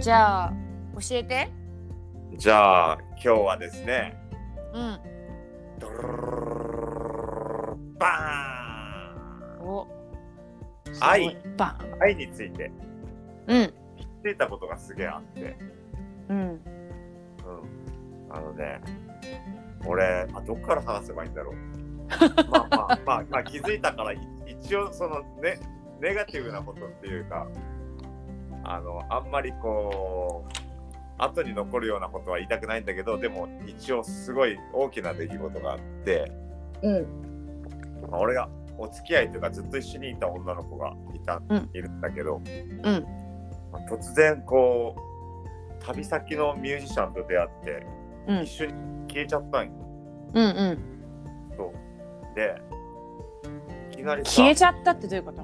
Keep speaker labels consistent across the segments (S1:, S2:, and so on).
S1: じゃあ教えて
S2: じゃあ今日はですね
S1: うん
S2: ドルルルルルルルバーン
S1: おすご
S2: 愛
S1: バ
S2: 愛について
S1: ンうん
S2: 知ってたことがすげえあって、
S1: うん
S2: うん、あのね俺あどっから話せばいいんだろうまあまあ、まあ、まあ気づいたからい一応そのねネガティブなことっていうかあのあんまりこう後に残るようなことは言いたくないんだけどでも一応すごい大きな出来事があって、
S1: うん
S2: まあ俺がお付き合いというかずっと一緒にいた女の子がいた、
S1: うん
S2: いるんだけど、
S1: ん
S2: まあ突然こう旅先のミュージシャンと出会って、
S1: うん
S2: 一緒に消えちゃったんよ
S1: うんうん
S2: そうでいきなりさ
S1: 消えちゃったってどういうこと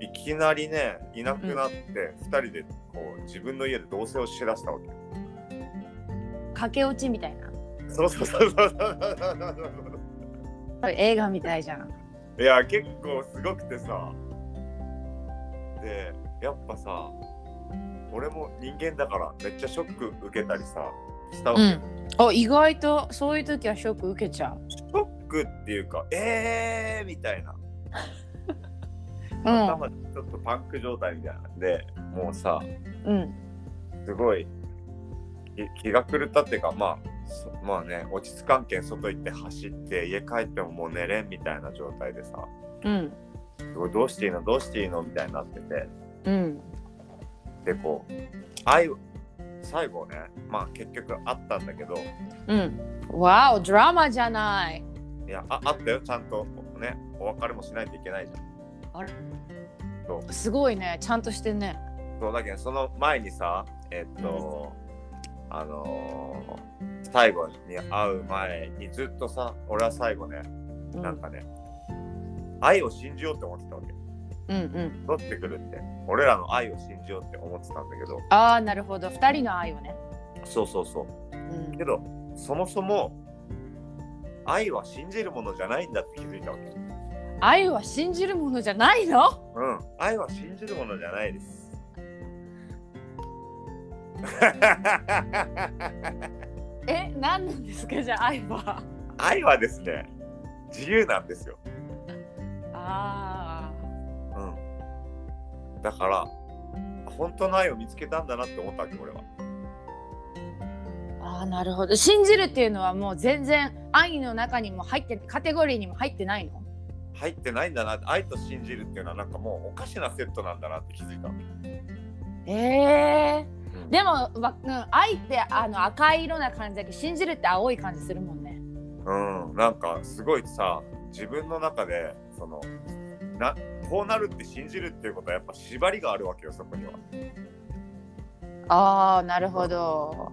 S2: いきなりねいなくなって、二人でこう自分の家で同棲をしだしたわけ
S1: 駆け落ちみたいな
S2: そうそうそうそうそうそうそう
S1: 映画みたいじゃん
S2: いや結構すごくてさでやっぱさ俺も人間だからめっちゃショック受けたりさしたわけ、
S1: うんあ意外とそういう時はショック受けちゃう
S2: ショックっていうかえーみたいな
S1: うん
S2: 頭ちょっとパンク状態みたいなんでもうさ
S1: うん
S2: すごい気気が狂ったっていうかまあそまあね落ち着かんけん外行って走って家帰ってももう寝れんみたいな状態でさ
S1: うん
S2: すごいどうしていいのどうしていいのみたいになってて
S1: うん
S2: でこう愛最後ねまあ結局あったんだけど
S1: うんわおドラマじゃない
S2: いやああったよちゃんとねお別れもしないといけないじゃん
S1: すごいねちゃんとしてんね
S2: そうだけどその前にさえっと、あのー最後に会う前にずっとさ俺は最後ね
S1: うん
S2: なんかね、愛を信じようって思ってたわけ
S1: うんうん
S2: 取ってくるって俺らの愛を信じようって思ってたんだけど
S1: ああなるほど二人の愛をね
S2: そうそうそう
S1: うん
S2: けどそもそも愛は信じるものじゃないんだって気づいたわけ
S1: 愛は信じるものじゃないの
S2: うん、愛は信じるものじゃないです。
S1: え何なんですかじゃあ愛は
S2: 愛はですね、自由なんですよ。
S1: あ
S2: うん。だから、本当の愛を見つけたんだなって思ったわけ、俺は。
S1: ーあーなるほど信じるっていうのはもう全然愛の中にも入ってカテゴリーにも入ってないの
S2: 入ってないんだなって、愛と信じるっていうのはなんかもうおかしなセットなんだなって気づいた。
S1: え
S2: うん
S1: ー、でも、わうん、愛ってあの赤い色な感じだけど信じるって青い感じするもんね
S2: うん、なんかすごいさ、自分の中で、その、なこうなるって信じるっていうことはやっぱ縛りがあるわけよ、そこには。
S1: ああなるほど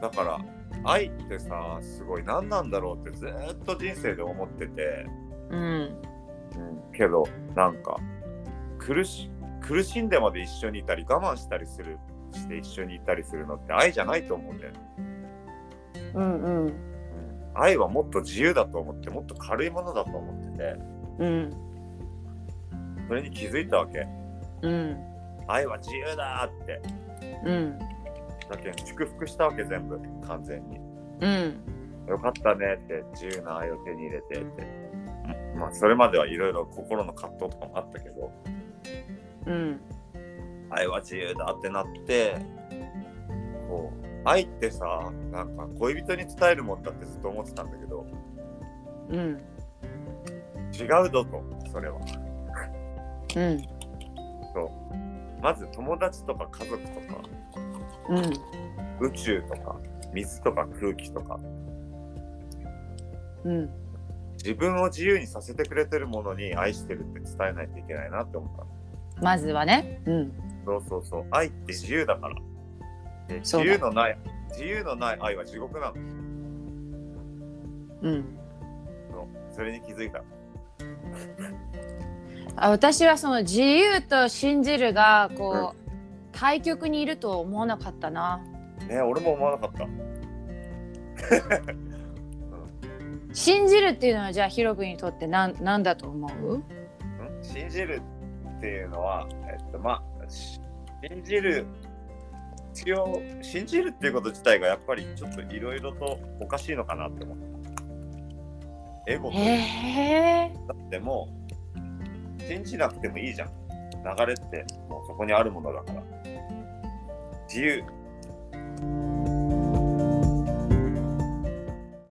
S2: だから愛ってさすごい何なんだろうってずーっと人生で思ってて、
S1: うん
S2: けどなんか苦し苦しんでまで一緒にいたり我慢したりするして一緒にいたりするのって愛じゃないと思うんだよね、
S1: うんうん
S2: 愛はもっと自由だと思ってもっと軽いものだと思ってて
S1: うん
S2: それに気づいたわけ
S1: うん
S2: 愛は自由だーって
S1: うん
S2: だけど祝福したわけ全部完全に
S1: うん
S2: よかったねって自由な愛を手に入れてってまあそれまではいろいろ心の葛藤とかもあったけど
S1: うん
S2: 愛は自由だってなってこう愛ってさなんか恋人に伝えるもんだってずっと思ってたんだけど
S1: うん
S2: 違うぞとそれは
S1: うん
S2: まず友達とか家族とか
S1: うん
S2: 宇宙とか水とか空気とか
S1: うん
S2: 自分を自由にさせてくれてるものに愛してるって伝えないといけないなって思った
S1: まずはね。うん。
S2: そうそうそう愛って自由だからで自
S1: そうだ
S2: 由のない自由のない愛は地獄なの
S1: うん。
S2: それに気づいた
S1: あ、私はその自由と信じるが、こう。対極にいると思わなかったな。
S2: ね俺も思わなかった
S1: 信じるっていうのは、じゃあ、ヒロ君にとって、なん、なんだと思う。
S2: ん信じるっていうのは、えっとまあ、し信じる一応信じるっていうこと自体がやっぱりちょっといろいろとおかしいのかなって思ったエゴと
S1: へ
S2: だ
S1: え
S2: ってもう信じなくてもいいじゃん流れってもうそこにあるものだから自由